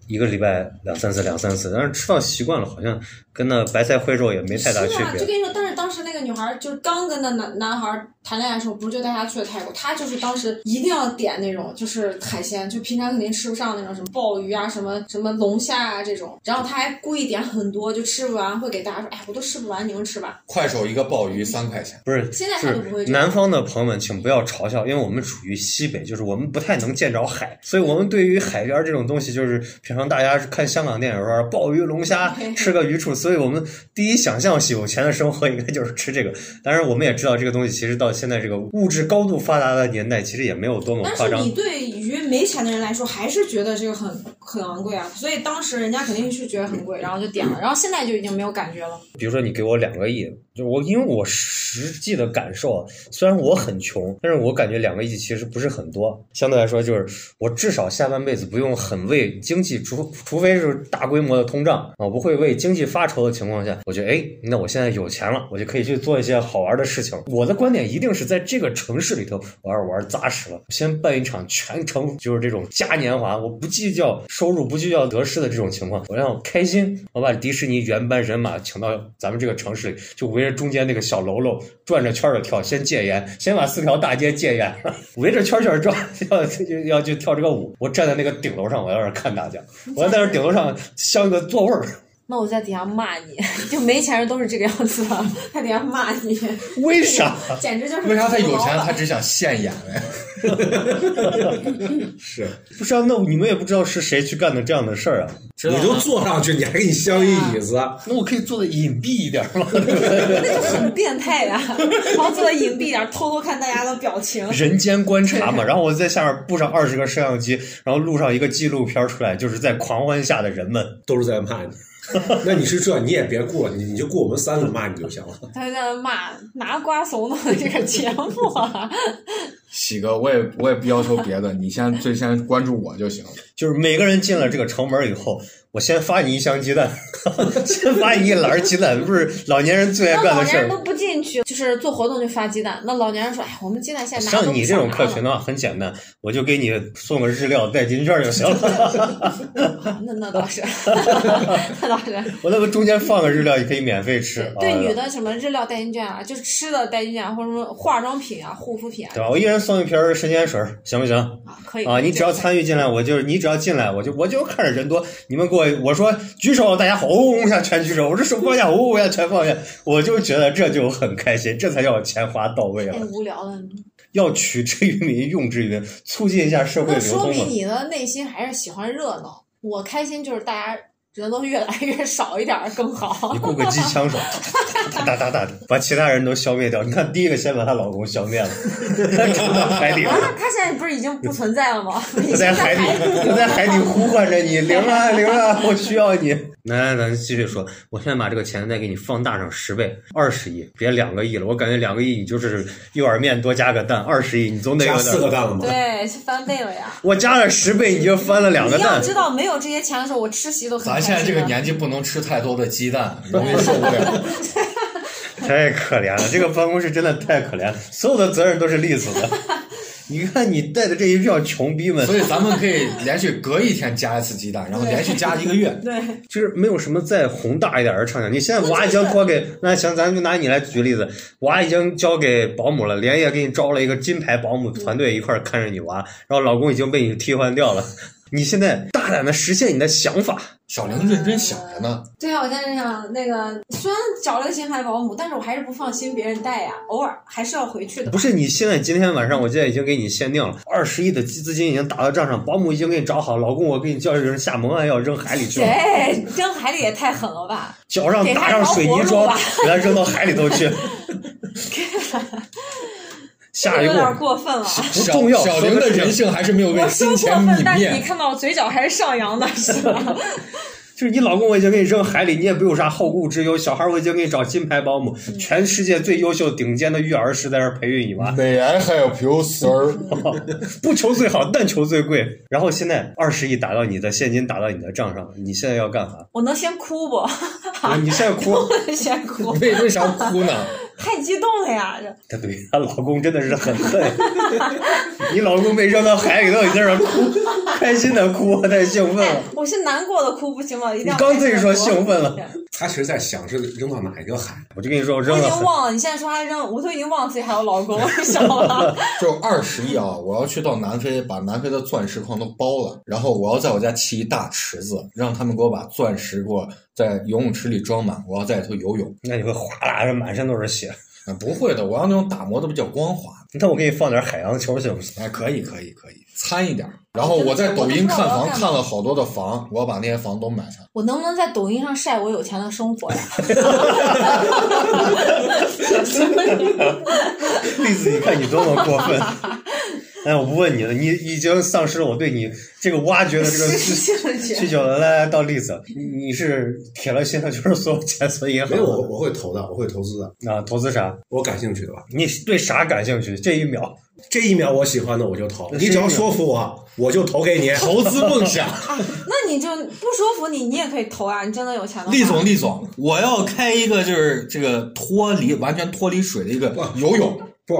一个礼拜两三次，两三次，但是吃到习惯了，好像跟那白菜烩肉也没太大区
是啊，就
别。
跟你说，但是当时那个女孩儿就是刚跟那男男孩儿谈恋爱的时候，不是就带他去了泰国？他就是当时一定要点那种就是海鲜，就平常肯定吃不上那种什么鲍鱼啊、什么什么龙虾啊这种。然后他还故意点很多，就吃不完，会给大家说：“哎，我都吃不完，你们吃吧。
快手一个鲍鱼三块钱。
不是，
现在他就不会
是
这样
南方的朋友们，请不要嘲笑，因为我们属于西北，就是我们不太能见着海，所以我们对于海边这种东西，就是平常大家是看香港电影说鲍鱼、龙 虾，吃个鱼翅，所以我们第一想象有钱的生活应该就是吃这个。当然，我们也知道这个东西其实到现在这个物质高度发达的年代，其实也没有多”么
但
夸
是
张
你。对于没钱的人来说，还是觉得这个很很昂贵啊。所以当时人家肯定是觉得很贵，然后就点了。然后现在就已经没有感觉了。
比如说你给我两个亿，就是我因为我实际的感受，啊，虽然我很穷，但是我感觉两个亿其实不是很多，相对来说就是我至少下半辈子不用很为经济，除除非是大规模的通胀啊，不会为经济发愁的情况下，我觉得哎，那我现在有钱了，我就可以去做一些好玩的事情。我的观点一定是在这个城市里头，我要玩扎实了，先办一场全城就是这种嘉年华，我不计较收入，不计较得失的这种情况，我让我开心，我把迪士尼原班人马请到咱们这个城市里，就围着中间那个小喽啰转着圈儿的跳，先戒烟， 先把四条大街戒烟， 围着圈圈转， 要要去跳这个舞。我站在那个顶楼上，我要是看大家，我要在那顶楼上像个座位儿。
那我在底下骂你， 就没钱人都是这个样子的，在底下骂你，
为啥？
简直就是
为啥他有钱
了？
他只想现眼嘞？
是，
不是啊，那你们也不知道是谁去干的这样的事儿啊。
知道
你
吗
就坐上去，你还给你镶
啊
一椅子，
那我可以做的隐蔽一点吗？
那就很变态呀、然后坐在隐蔽点儿，偷偷看大家的表情。
人间观察嘛，然后我在下面布上二十个摄像机，然后录上一个纪录片出来，就是在狂欢下的人们。
都是在骂 你。那你是这，你也别过，你你就过我们三个骂你就行了。
他就在那骂拿瓜怂弄的这个节目、 啊，
喜哥，我也我也不要求别的，你先最先关注我就行。
就是每个人进了这个城门以后，我先发你一箱鸡蛋， 先发你一篮鸡蛋，哎不是老年人最爱
那
干
老
的事
年人
儿
都。不进去，就是做活动就发鸡蛋。那老年人说：“哎，我们鸡蛋现在拿都
像
不
你这种
想拿
客
了
群的话，很简单，我就给你送个日料代金券就行 了。
啊那那 倒是，那倒是。
我那个中间放个日料，也可以免费吃。
对
啊
女的什么日料代金券啊，就是吃的代金券啊，或者什么化妆品啊、护肤品啊
对，吧？我一人送一瓶儿神仙水儿，行不行？
啊可以
啊，你只要
这个
参与进来，我就是你只要进来，我就我就看着人多，你们给我我说举手，大家好，嗡嗡一下全举手，我这手放下，嗡嗡一下全放下，我就觉得这就很开心，这才叫钱花到位
太
了。
哎无聊了。
要取之于民，用之于民，促进一下社会
那
流
说
通
明
嘛。
你的内心还是喜欢热闹。我开心就是大家人都越来越少一点儿更好
你。雇个机枪手，哒哒哒哒哒，把其他人都消灭掉。你看，第一个先把她老公消灭了， 沉到海底
啊
了，，
他现在不是已经不存在了吗？已
他
经
在海
海
底，他在海底呼唤着你，灵啊灵啊，我需要你。来来，咱继续说，我现在把这个钱再给你放大上十倍，二十亿，别两个亿了。我感觉两个亿你就是一碗面多加个蛋，二十亿你总得有
加
点
四个。蛋了吗？
对，是翻倍了呀。
我加了十倍，你就翻了两个
你要
蛋。
知道，没有这些钱的时候，我吃席都很
咱
开心
现
的。
在这个年纪不能吃太多的鸡蛋，容易
受不了。
太可怜了，这个办公室真的太可怜了，所有的责任都是栗子的。 你看你带的这一票穷逼们，
所以咱们可以连续隔一天加一次鸡蛋，然后连续加一个月。
对，
就是没有什么再宏大一点的畅想。你现在娃已经托 给那行，咱就拿你来举例子，娃已经交给保姆了，连夜给你招了一个金牌保姆团队一块儿看着你娃，然后老公已经被你替换掉了。 你现在大胆的实现你的想法，
小玲认真想着呢，
对啊，我在这想，那个虽然找了个金牌保姆，但是我还是不放心别人带呀，偶尔还是要回去的。
不是你现在今天晚上，我现在已经给你限定了二十亿的资金已经打到账上，保姆已经给你找好，老公我给你叫人下蒙案要扔海里去了，
谁扔海里也太狠了吧？
脚上打上水泥
给他找活
桩
路啊吧，
给他扔到海里头 去。 下一
有
步
点过分了。啊
不重要，
小小玲的人性还是没有被
我说
金
过
钱
分，
泯
但是你
灭。
看到我嘴角还是上扬的，是吧？
就是你老公我已经给你扔海里，你也不有啥后顾之忧。小孩我已经给你找金牌保姆，全世界最优秀顶尖的育儿师在这儿培育你娃，
May I help you, sir？
不求最好，但求最贵。然后现在二十亿打到你的现金打到你的账上，你现在要干啥？
我能先哭不？
啊你现在哭，
先哭，
为为啥哭呢？
太激动了呀！这
她对她老公真的是很恨。你老公被扔到海里头，你在这儿哭，开心的哭，太兴奋了
哎。，我是难过的哭不行吗？一定
你
要
刚自己说兴奋了，
他其实在想是扔到哪一个海，
我就跟你说，我
我
扔
已
了
经
很。
忘了，你现在说还扔，我都已经忘了自己还有老公，你知道吗？
就二十亿啊！我要去到南非，把南非的钻石矿都包了，然后我要在我家砌一大池子，让他们给我把钻石给我在游泳池里装满，我要在里头游泳。
那你会哗啦，满身都是血。
啊，不会的，我要那种打磨的比较光滑。
那我给你放点海洋球行不行？
哎，可以，可以，可以，参一点儿。然后我在抖音看房，看了好多的房，我要把那些房都买下来。
我能不能在抖音上晒我有钱的生活呀？
栗子，你看你多么过分！哎，我不问你了，你已经丧失了我对你这个挖掘的这个
失
需
去
需
兴趣。
求了。来来，到栗子，你你是铁了心的，就是所有钱存银
没
行
有我我会投的，我会投资的，
啊？投资啥？
我感兴趣的吧。
你对啥感兴趣？这一秒，
这一秒我喜欢的我就投，
这
你只要说服我，我就投给你。投资梦想，
那你就不说服你，你也可以投啊！你真的有钱的话，
厉总，厉总，我要开一个就是这个脱离完全脱离水的一个游泳，
不，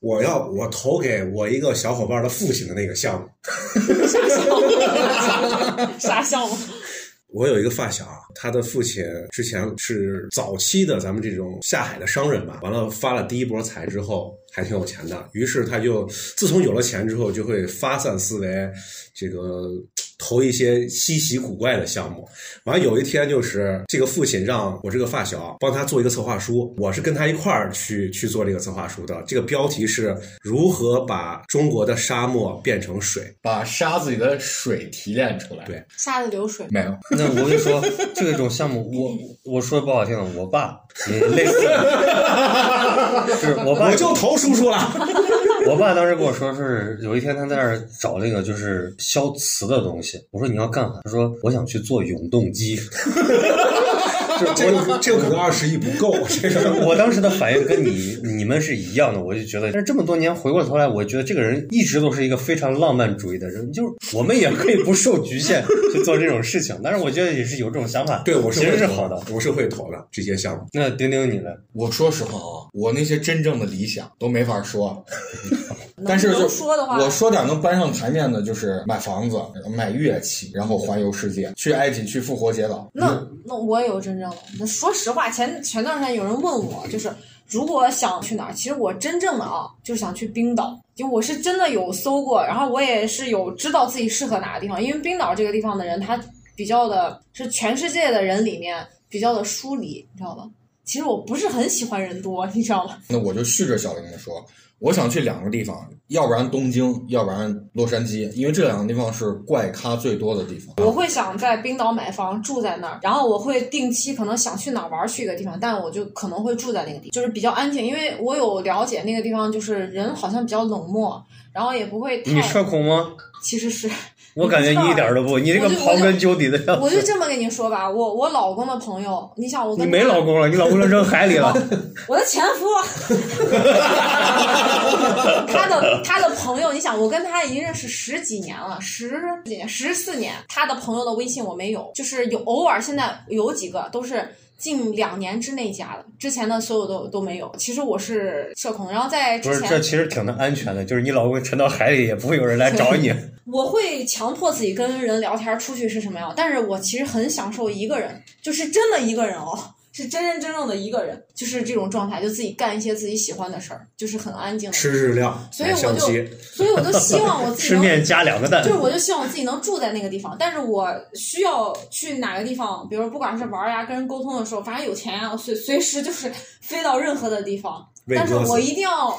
我要我投给我一个小伙伴的父亲的那个项目。
啥项目？啥项目？
我有一个发小，他的父亲之前是早期的咱们这种下海的商人吧，完了发了第一波财之后还挺有钱的，于是他就自从有了钱之后，就会发散思维，这个投一些稀奇古怪的项目。完了有一天就是这个父亲让我这个发小帮他做一个策划书，我是跟他一块儿去去做这个策划书的。这个标题是如何把中国的沙漠变成水。
把沙子里的水提炼出来。
对
沙子流水。
没有，
那我就说这种项目，我我说不好听的，我爸也类 似的，是我爸
我就投叔叔了。
我爸当时跟我说是有一天他在那儿找那个就是消磁的东西，我说你要干啥？他说我想去做永动机。
这个这个可能二十亿不够， 这
就是
个
我当时的反应跟你你们是一样的，我就觉得，但是这么多年回过头来，我觉得这个人一直都是一个非常浪漫主义的人，就是我们也可以不受局限去做这种事情，但是我觉得也是有这种想法，
对我是
其实
会
是
投
好的。，
我是会投的这些项目。
那丁丁你呢？
我说实话啊，我那些真正的理想都没法说。
但是就
能说的话，
我说点能搬上台面的，就是买房子、买乐器，然后环游世界，去埃及、去复活节岛。
那那我也有真正的。那说实话，前前段时间有人问我，就是如果想去哪儿，其实我真正的啊，就是想去冰岛。就我是真的有搜过，然后我也是有知道自己适合哪个地方，因为冰岛这个地方的人，他比较的是全世界的人里面比较的疏离，你知道吧？其实我不是很喜欢人多，你知道吗？
那我就续着小玲的说，我想去两个地方，要不然东京，要不然洛杉矶，因为这两个地方是怪咖最多的地方。
我会想在冰岛买房住在那儿，然后我会定期可能想去哪儿玩儿去一个地方，但我就可能会住在那个地方，就是比较安静，因为我有了解那个地方，就是人好像比较冷漠，然后也不会太
你。社恐吗？
其实是，
我感觉你一点都不，你这个
我就
刨根究底的样
我就
子。
这么跟你说吧，我我老公的朋友，你想我
你
跟
没
他
老，公了，你老公扔海里了。
我的前 夫，他的他的朋友，你想我跟他已经认识十几年了，十几年十四年，他的朋友的微信我没有，就是有偶尔现在有几个都是。近两年之内加的，之前的所有都都没有。其实我是社恐，然后在
不
之
是，这
前
其实挺安全的，就是你老公沉到海里也不会有人来找你。
我会强迫自己跟人聊天，出去是什么样，但是我其实很享受一个人，就是真的一个人哦，是真真正正的一个人，就是这种状态，就自己干一些自己喜欢的事儿，就是很安静的。
吃日料，
所以
买
我
相
就
机，，
所以我就希望我自己
吃
能，
面加两个蛋
就，是我就希望我自己能住在那个地方。但是我需要去哪个地方，比如不管是玩儿呀、跟人沟通的时候，反正有钱呀、我随随时就是飞到任何的地方。
喂
但是
鸽子
我一定要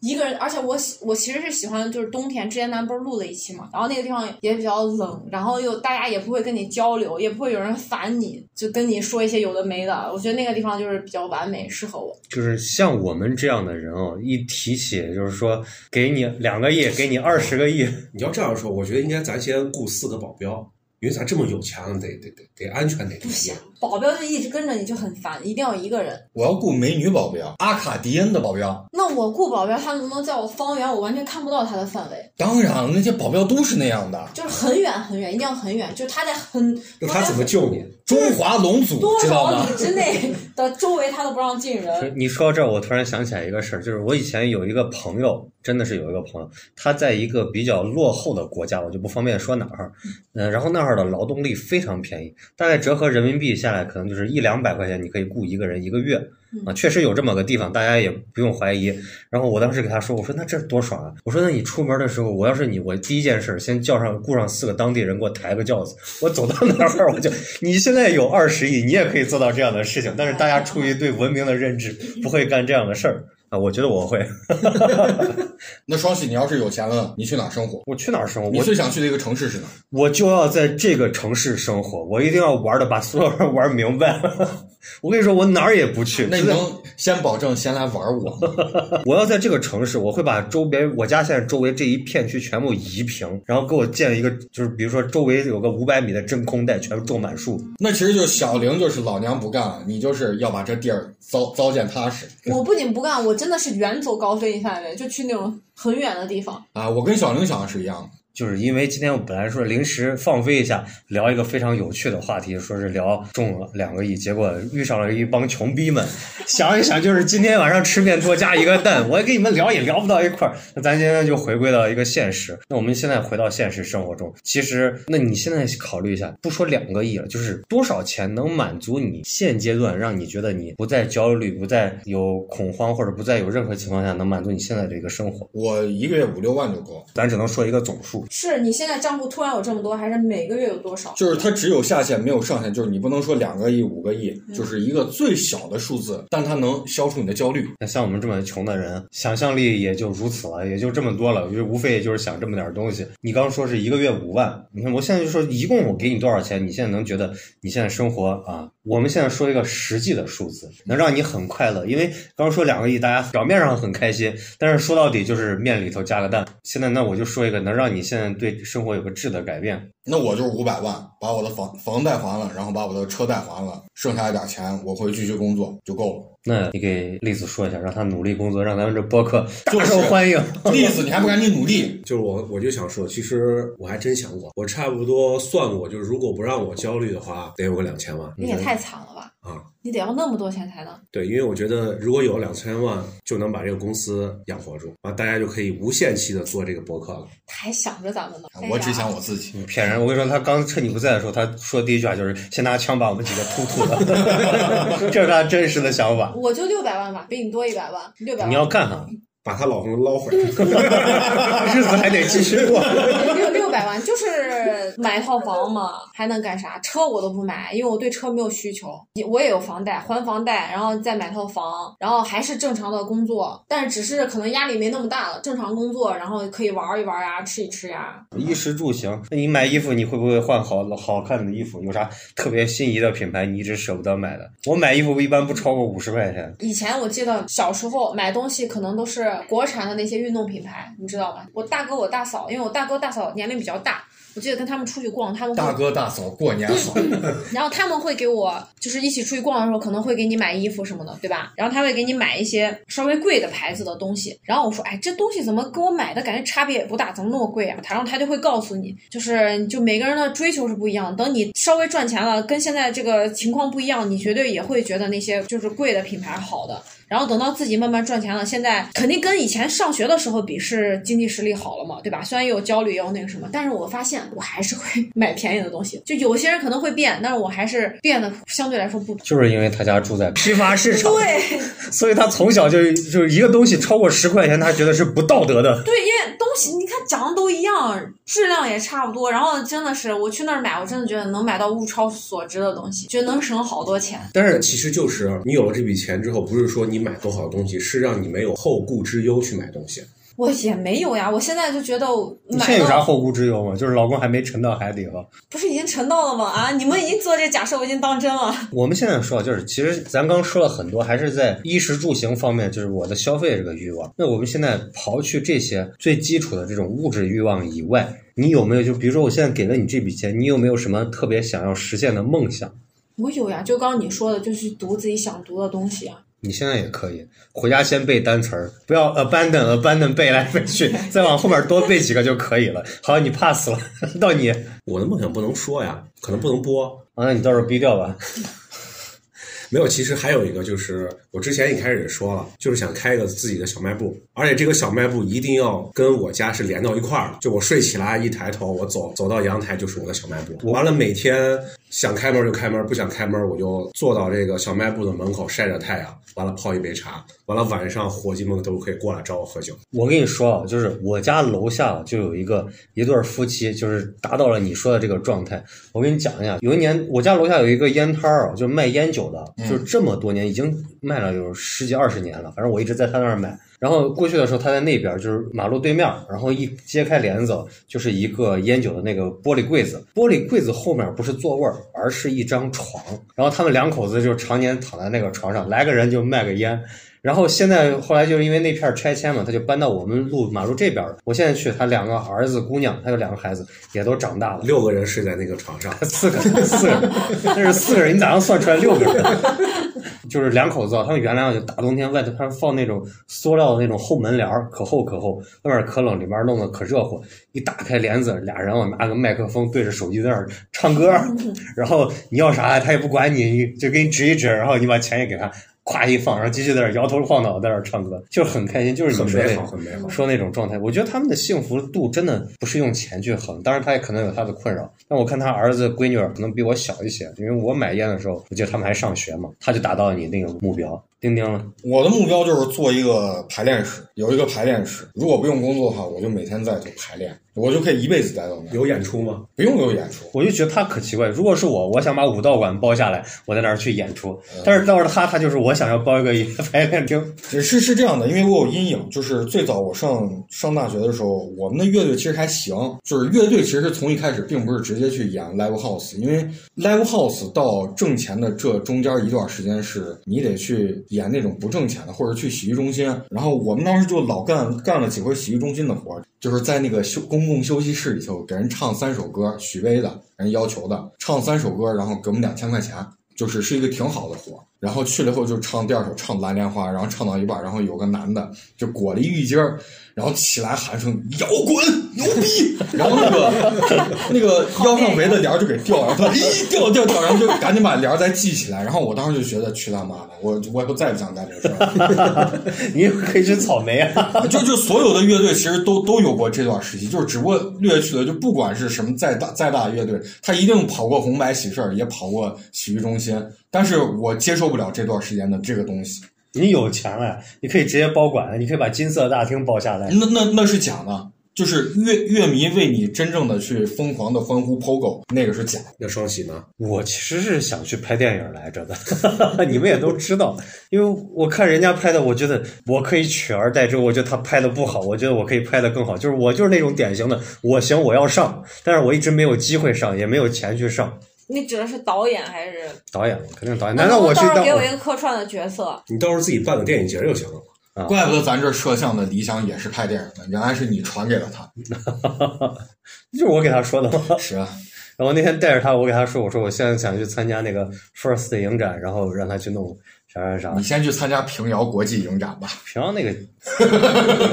一个人，而且我喜我其实是喜欢就是冬天，之前咱不是录了一期嘛，然后那个地方也比较冷，然后又大家也不会跟你交流，也不会有人烦你，就跟你说一些有的没的。我觉得那个地方就是比较完美，适合我。
就是像我们这样的人哦，一提起就是说给你两个亿，给你二十个亿，
你要这样说，我觉得应该咱先雇四个保镖，因为咱这么有钱了，得得得得安全得。
不行，
嗯
保镖就一直跟着你就很烦，一定要一个人。
我要雇美女保镖，阿卡迪恩的保镖。
那我雇保镖，他能不能在我方圆，我完全看不到他的范围，
当然了，那些保镖都是那样的。
就是很远很远，一定要很远，就是他在很
那他怎么救你？
中华龙族
多
知道
少
吗
米？之内的周围他都不让进人。
你说到这儿，我突然想起来一个事儿，就是我以前有一个朋友，真的是有一个朋友，他在一个比较落后的国家，我就不方便说哪儿，嗯、然后那儿的劳动力非常便宜，大概折合人民币下来，可能就是一两百块钱，你可以雇一个人一个月啊，确实有这么个地方，大家也不用怀疑。然后我当时给他说，我说那这多爽啊！我说那你出门的时候，我要是你，我第一件事先叫上雇上四个当地人给我抬个轿子，我走到哪儿我就，你现在有二十亿，你也可以做到这样的事情，但是大家出于对文明的认知，不会干这样的事儿。啊，我觉得我会。
那双喜，你要是有钱了，你去哪儿生活？
我去哪儿生活？
你
我
最想去的一个城市是哪儿？
我就要在这个城市生活，我一定要玩的把所有人玩明白。 我跟你说，我哪儿也啊不去。
那你
就在
能先保证先来玩我 吗？
我要在这个城市，我会把周边我家现在周围这一片区全部移平，然后给我建一个，就是比如说周围有个五百米的真空带，全部种满树。
那其实就是小玲，就是老娘不干，你就是要把这地儿糟糟践踏实
我不仅不干，我真的是远走高飞一范围，就去那种很远的地方。
啊！我跟小玲想的是一样的，
就是因为今天我本来说临时放飞一下，聊一个非常有趣的话题，说是聊中了两个亿，结果遇上了一帮穷逼们。想一想，就是今天晚上吃面多加一个蛋，我跟你们聊也聊不到一块儿。那咱今天就回归到一个现实。那我们现在回到现实生活中，其实，那你现在考虑一下，不说两个亿了，就是多少钱能满足你现阶段让你觉得你不再焦虑、不再有恐慌，或者不再有任何情况下能满足你现在的一个生活？
我一个月五六万就够，
咱只能说一个总数。
是你现在账户突然有这么多，还是每个月有多少？
就是它只有下限没有上限，就是你不能说两个亿、五个亿，
嗯
就是一个最小的数字，但它能消除你的焦虑。
那像我们这么穷的人，想象力也就如此了，也就这么多了，就无非也就是想这么点儿东西。你刚说是一个月五万，你看我现在就说一共我给你多少钱，你现在能觉得你现在生活啊？我们现在说一个实际的数字，能让你很快乐，因为刚说两个亿，大家表面上很开心，但是说到底就是面里头加个蛋。现在那我就说一个能让你现在对生活有个质的改变，
那我就是五百万，把我的房房贷还了，然后把我的车贷还了，剩下一点钱我会继续工作就 够了。
那你给栗子说一下，让他努力工作，让咱们这播客
就
大
是
受欢迎。
栗子，你还不赶紧努力？
就是我，我就想说，其实我还真想过，我差不多算过，就是如果不让我焦虑的话，得有个两千万。
你也太惨了吧！
啊，
你得要那么多钱才能。
对，因为我觉得如果有两千万，就能把这个公司养活住，完大家就可以无限期的做这个博客了。
他还想着咱们呢。
我只
哎呀
想我自己。
骗人！我跟你说，他刚趁你不在的时候，他说第一句话就是先拿枪把我们几个突突 的，这是他真实的想法。
我就六百万吧，比你多一百万，六百万。
你要干啥？
把她老公捞回来，
日子还得继续过。
六六百万 就是买一套房嘛，还能干啥？车我都不买，因为我对车没有需求。也我也有房贷，还房贷，然后再买套房，然后还是正常的工作，但是只是可能压力没那么大了。正常工作，然后可以玩一玩呀，吃一吃呀。
衣食住行，那你买衣服你会不会换好好看的衣服？有啥特别心仪的品牌你一直舍不得买的？我买衣服一般不超过五十块钱。
以前我记得小时候买东西可能都是国产的那些运动品牌，你知道吧？我大哥我大嫂，因为我大哥大嫂年龄比较大，我记得跟他们出去逛，他们会
大哥大嫂，过年好！
然后他们会给我，就是一起出去逛的时候，可能会给你买衣服什么的，对吧？然后他会给你买一些稍微贵的牌子的东西。然后我说，哎，这东西怎么跟我买的感觉差别也不大，怎么那么贵啊？然后他就会告诉你，就是就每个人的追求是不一样的。等你稍微赚钱了，跟现在这个情况不一样，你绝对也会觉得那些就是贵的品牌好的。然后等到自己慢慢赚钱了，现在肯定跟以前上学的时候比是经济实力好了嘛，对吧？虽然也有焦虑，也有那个什么，但是我发现我还是会 买便宜的东西。就有些人可能会变，但是我还是变得相对来说不。
就是因为他家住在批发市场，
对
所以他从小就就一个东西超过十块钱，他觉得是不道德的。
对，因为东西你看长得都一样，质量也差不多，然后真的是我去那儿买，我真的觉得能买到物超所值的东西，觉得能省好多钱。
但是其实就是你有了这笔钱之后，不是说你买多好的东西，是让你没有后顾之忧去买东西。
我也没有呀，我现在就觉得我
你
买
现在有啥
到
后顾之忧吗？就是老公还没沉到海底了。
不是已经沉到了吗？啊，你们已经做这假设，我已经当真了。
我们现在说啊，就是其实咱刚说了很多，还是在衣食住行方面，就是我的消费这个欲望。那我们现在刨去这些最基础的这种物质欲望以外，你有没有就比如说我现在给了你这笔钱，你有没有什么特别想要实现的梦想？
我有呀，就刚刚你说的，就是读自己想读的东西啊。
你现在也可以回家先背单词儿，不要 abandon abandon 背来背去，再往后面多背几个就可以了。好，你 pass 了，到你啊，
我的梦想不能说呀，可能不能播，
那你到时候逼掉吧。
没有，其实还有一个就是，我之前一开始也说了，就是想开一个自己的小卖部，而且这个小卖部一定要跟我家是连到一块儿的。就我睡起来一抬头，我走走到阳台就是我的小卖部。完了，每天想开门就开门，不想开门我就坐到这个小卖部的门口晒着太阳，完了泡一杯茶，完了晚上伙计们都可以过来找我喝酒。
我跟你说啊，就是我家楼下啊就有一个一对儿夫妻，就是达到了你说的这个状态。我跟你讲一下，有一年我家楼下有一个烟摊儿啊，就是卖烟酒的，就是这么多年已经卖了有十几二十年了，反正我一直在他那儿买。然后过去的时候，他在那边就是马路对面，然后一揭开帘子就是一个烟酒的那个玻璃柜子，玻璃柜子后面不是座位儿，而是一张床。然后他们两口子就常年躺在那个床上，来个人就卖个烟，然后现在后来就是因为那片儿拆迁嘛，他就搬到我们路马路这边了。我现在去，他两个儿子姑娘，还有两个孩子也都长大了，
六个人睡在那个床上，
四个人，四个人，那是四个人，你咋能算出来六个人？就是两口子啊，他们原来啊就大冬天外头他们放那种塑料的那种厚门帘儿，可厚可厚，外面可冷，里面弄得可热乎。一打开帘子，俩人我啊拿个麦克风对着手机在那儿唱歌，然后你要啥他也不管你，就给你指一指，然后你把钱也给他，咵一放，然后继续在那儿摇头晃脑在那儿唱歌，就是很开心，就是
很
你说
美
那
好，很美好。
说那种状态，我觉得他们的幸福度真的不是用钱去衡，当然他也可能有他的困扰。但我看他儿子闺女儿可能比我小一些，因为我买烟的时候，我记得他们还上学嘛，他就达到你那个目标。丁丁了，
我的目标就是做一个排练室，有一个排练室。如果不用工作的话，我就每天在里头排练，我就可以一辈子待到那儿，
有演出吗？
不用有演出。
我就觉得他可奇怪。如果是我，我想把武道馆包下来，我在那儿去演出；但是到了他，他就是我想要包一个演排练厅。
只是是这样的，因为我有阴影，就是最早我上上大学的时候，我们的乐队其实还行，就是乐队其实从一开始并不是直接去演 live house，因为 live house 到挣钱的这中间一段时间是你得去演那种不挣钱的，或者去洗浴中心。然后我们当时就老干干了几回洗浴中心的活儿，就是在那个休公共休息室里头给人唱三首歌，许巍的人要求的，唱三首歌，然后给我们两千块钱。就是是一个挺好的活儿。然后去了以后就唱第二首，唱《蓝莲花》，然后唱到一半儿，然后有个男的就裹了一浴巾儿，然后起来喊声“摇滚牛逼”，然后那个 那个腰上围的帘儿就给掉了，他咦掉掉掉，然后就赶紧把帘儿再系起来。然后我当时就觉得去他妈的，我我以后再也不想干这个事儿了。
你也可以去草莓啊！
就就所有的乐队其实都都有过这段时期，就是只不过略去了，就不管是什么再大再大的乐队，他一定跑过红白喜事儿，也跑过洗浴中心，但是我接受不了这段时间的这个东西，
你有钱了呀，你可以直接包馆了，你可以把金色大厅包下来。
那那那是假的。就是乐乐迷为你真正的去疯狂的欢呼 POGO，那个是假的。
那双喜呢？
我其实是想去拍电影来着的， 你们也都知道，因为我看人家拍的，我觉得我可以取而代之。我觉得他拍的不好，我觉得我可以拍的更好。就是我就是那种典型的，我行我要上，但是我一直没有机会上，也没有钱去上
你指的是导演还是？
导演，肯定导演。难道我去
到时候
当
给我一个客串的角色？
你到时候自己办个电影节就行了。
怪不得咱这摄像的理想也是拍电影的，原来是你传给了他。
就是我给他说的吗？
是啊，
然后那天带着他，我给他说，我说我现在想去参加那个 First 的影展，然后让他去弄啥啥啥
你。先去参加平遥国际影展吧，
平常那个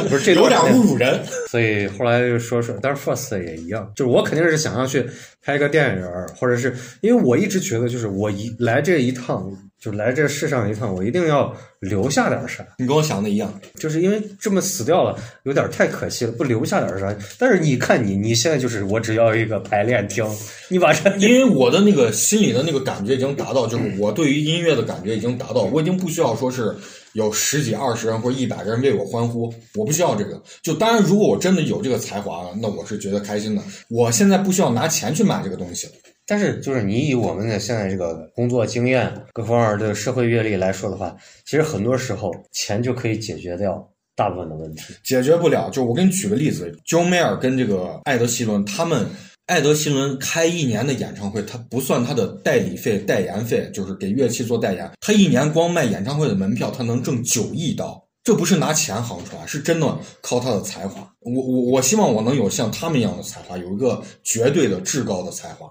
不是这
有
段
点
时间
侮辱人。
所以后来就说是，但是 First 也一样，就是我肯定是想要去拍个电影儿，或者是因为我一直觉得，就是我一来这一趟，就来这世上一趟，我一定要留下点儿啥，
你跟我想的一样，
就是因为这么死掉了，有点太可惜了，不留下点儿啥。但是你看你，你现在就是我只要一个排练厅，你把这
因为我的那个心里的那个感觉已经达到，就是我对于音乐的感觉已经达到，我已经不需要说是有十几、二十人或者一百个人为我欢呼，我不需要这个。就当然，如果我真的有这个才华了，那我是觉得开心的。我现在不需要拿钱去买这个东西了。
但是，就是你以我们的现在这个工作经验、各方面的社会阅历来说的话，其实很多时候钱就可以解决掉大部分的问题。
解决不了。就我给你举个例子，Joe Mayer 跟这个艾德希伦，他们艾德希伦开一年的演唱会，他不算他的代理费、代言费，就是给乐器做代言，他一年光卖演唱会的门票，他能挣九亿刀。这不是拿钱行出来，是真的靠他的才华。我我我希望我能有像他们一样的才华，有一个绝对的至高的才华。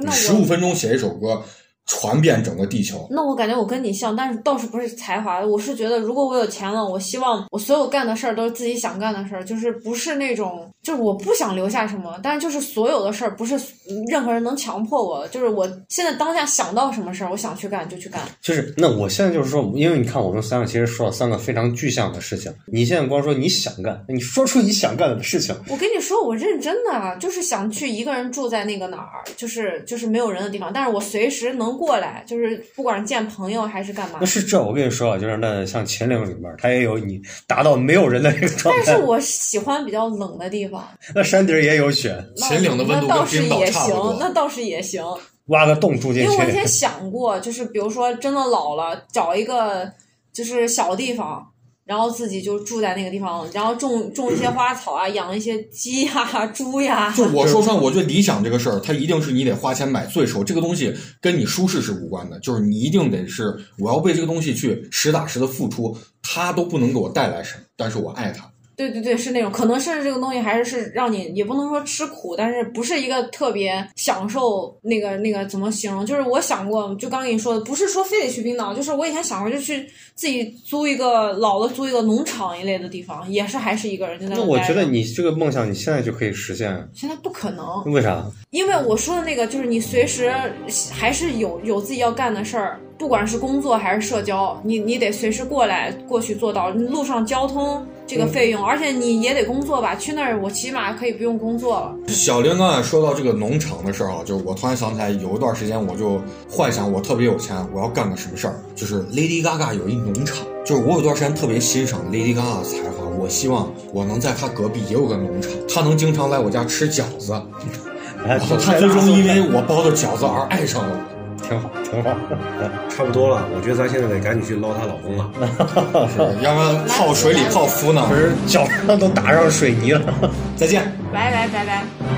那
十五
我
分钟写一首歌，传遍整个地球。
那我感觉我跟你像，但是倒是不是才华，我是觉得如果我有钱了，我希望我所有干的事儿都是自己想干的事儿，就是不是那种就是我不想留下什么，但是就是所有的事儿不是任何人能强迫我，就是我现在当下想到什么事儿，我想去干就去干。
就是那我现在就是说，因为你看我们三个其实说了三个非常具象的事情，你现在光说你想干，你说出你想干的事情，
我跟你说，我认真的啊，就是想去一个人住在那个哪儿，就是就是没有人的地方，但是我随时能过来，就是不管是见朋友还是干嘛
那。是这我跟你说啊，就是那像秦岭里面，它也有你达到没有人的这个状
但是
态，
我喜欢比较冷的地方，
那山底儿也有雪，
那
秦岭的温度
那倒
跟
是
冰岛
也
差不
行
多，
那倒是也行。
挖个洞住进
因为
去
我以。前想过，就是比如说真的老了，找一个就是小地方，然后自己就住在那个地方，然后种种一些花草啊，养一些鸡呀、猪呀、
就我说穿，我觉得理想这个事儿，它一定是你得花钱买罪受，这个东西跟你舒适是无关的，就是你一定得是我要为这个东西去实打实的付出，它都不能给我带来什么，但是我爱它。
对对对，是那种，可能甚至这个东西还是是让你也不能说吃苦，但是不是一个特别享受那个那个怎么形容？就是我想过，就刚跟你说的，不是说非得去冰岛，就是我以前想过，就去自己租一个老了租一个农场一类的地方，也是还是一个人就在
那
儿
我
待
觉得
着
你这个梦想你现在就可以实现，
现在不可能，
为啥？
因
嗯
为我说的那个就是你随时还是有有自己要干的事儿，不管是工作还是社交，你你得随时过来过去做到。路上交通这
嗯
个费用，而且你也得工作吧？去那儿我起码可以不用工作了。
小玲刚才说到这个农场的事儿啊，就我突然想起来，有一段时间我就幻想我特别有钱，我要干个什么事儿，就是 Lady Gaga 有一农场，就是我有一段时间特别欣赏 Lady Gaga 的才华，我希望我能在她隔壁也有个农场，她能经常来我家吃饺子，
然
然后她哦最终因为我包的饺子而爱上了我。
挺好，挺好。
差不多了，我觉得咱现在得赶紧去捞她老公了。
是要不然泡水里泡夫呢
可。是脚上都打上水泥了。
再见。
拜拜拜拜。